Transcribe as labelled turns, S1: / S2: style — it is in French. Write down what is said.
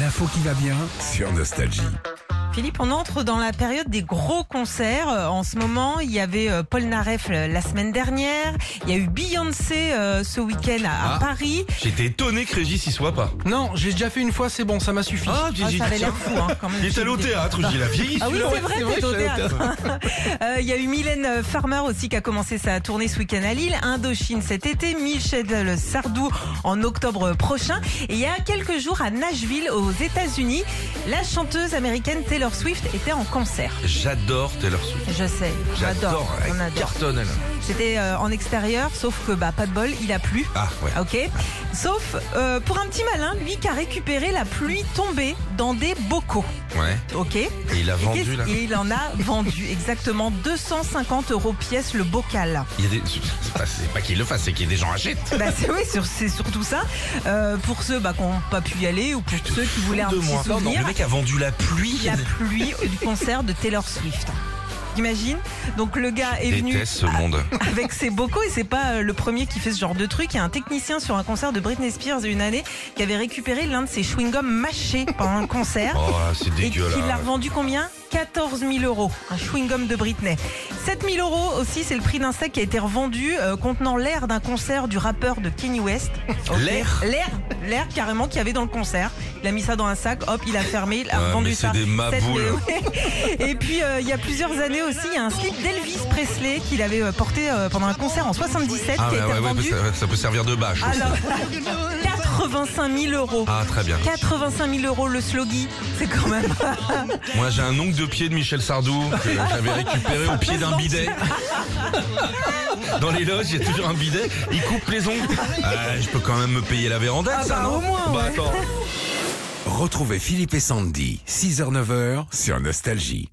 S1: l'info qui va bien.
S2: sur Nostalgie.
S3: Philippe, on entre dans la période des gros concerts. Euh, En ce moment, il y avait euh, Paul Naref euh, la semaine dernière. Il y a eu Beyoncé euh, ce week-end à, à
S4: Ah.
S3: Paris.
S4: J'étais étonné que Régis y soit pas.
S1: Non, j'ai déjà fait une fois, c'est bon, ça m'a suffi.
S4: Ah,
S3: Ah,
S4: Gigi,
S3: ça avait l'air fou, hein, quand même.
S4: il est allé au théâtre, j'ai la vieilli.
S3: Ah oui,
S1: celui-là,
S3: c'est vrai,
S1: ouais, c'est
S3: t'es au
S1: vrai, je suis allé au
S3: théâtre. Euh, Il y a eu Mylène Farmer aussi qui a commencé sa tournée ce week-end à Lille, Indochine cet été, Michel Sardou en octobre prochain. Et il y a quelques jours à Nashville, aux États-Unis, la chanteuse américaine Taylor Swift était en concert.
S4: J'adore Taylor Swift.
S3: Je sais, j'adore,
S4: J'adore, elle
S3: on adore.
S4: cartonne elle.
S3: C'était euh, en extérieur, sauf que bah pas de bol, il a plu.
S4: Ah ouais.
S3: Ok. Sauf euh, pour un petit malin, lui qui a récupéré la pluie tombée dans des bocaux.
S4: Ouais.
S3: Ok. Et
S4: Et il a vendu
S3: qu'est-ce-
S4: là.
S3: et il en a vendu exactement 250 euros pièce le bocal.
S4: Il y a des- C'est pas, c'est pas qu'il le fasse, c'est qu'il y a des gens achètent.
S3: Bah c'est oui, sur- c'est surtout ça. Euh, pour ceux bah, qui n'ont pas pu y aller ou pour ceux qui voulaient un
S4: de
S3: petit
S4: moi. Non, non,
S3: souvenir,
S4: le mec a vendu la pluie.
S3: la pluie euh, du concert de Taylor Swift. T'imagines Donc le gars est Ah. venu
S4: Déteste ce monde.
S3: avec ses bocaux et c'est pas euh, le premier qui fait ce genre de truc. Il y a un technicien sur un concert de Britney Spears une année qui avait récupéré l'un de ses chewing-gums mâchés pendant le concert.
S4: Oh, c'est
S3: Et qui l'a
S4: dégueulasse.
S3: revendu combien 14 000 euros, un chewing-gum de Britney. 7 000 euros aussi, c'est le prix d'un sac qui a été revendu euh, contenant l'air d'un concert du rappeur de Kanye West. Ok.
S4: L'air
S3: L'air, l'air carrément qu'il y avait dans le concert. Il a mis ça dans un sac, hop, il a fermé, il a
S4: Ouais,
S3: revendu
S4: mais c'est
S3: ça.
S4: des
S3: 7 000
S4: maboules.
S3: euros. Et puis euh, il y a plusieurs années aussi, il y a un slip d'Elvis Presley qu'il avait euh, porté euh, pendant un concert en 77
S4: Ah
S3: qui a
S4: ouais,
S3: été
S4: ouais, ouais,
S3: revendu.
S4: ça, ça peut servir de bâche. aussi.
S3: Alors, 85 000 euros.
S4: Ah très bien.
S3: 85 000 euros le sloggy, c'est quand même.
S4: Moi j'ai un ongle de pied de Michel Sardou que j'avais récupéré au pied
S3: peut se
S4: d'un bidet. Dans les loges, il y a toujours un bidet. Il coupe les ongles. Ah, je peux quand même me payer la véranda,
S3: Ah
S4: ça,
S3: bah,
S4: non
S3: au moins,
S4: Bah,
S3: ouais.
S4: attends.
S2: Retrouvez Philippe et Sandy, 6h-9h sur Nostalgie.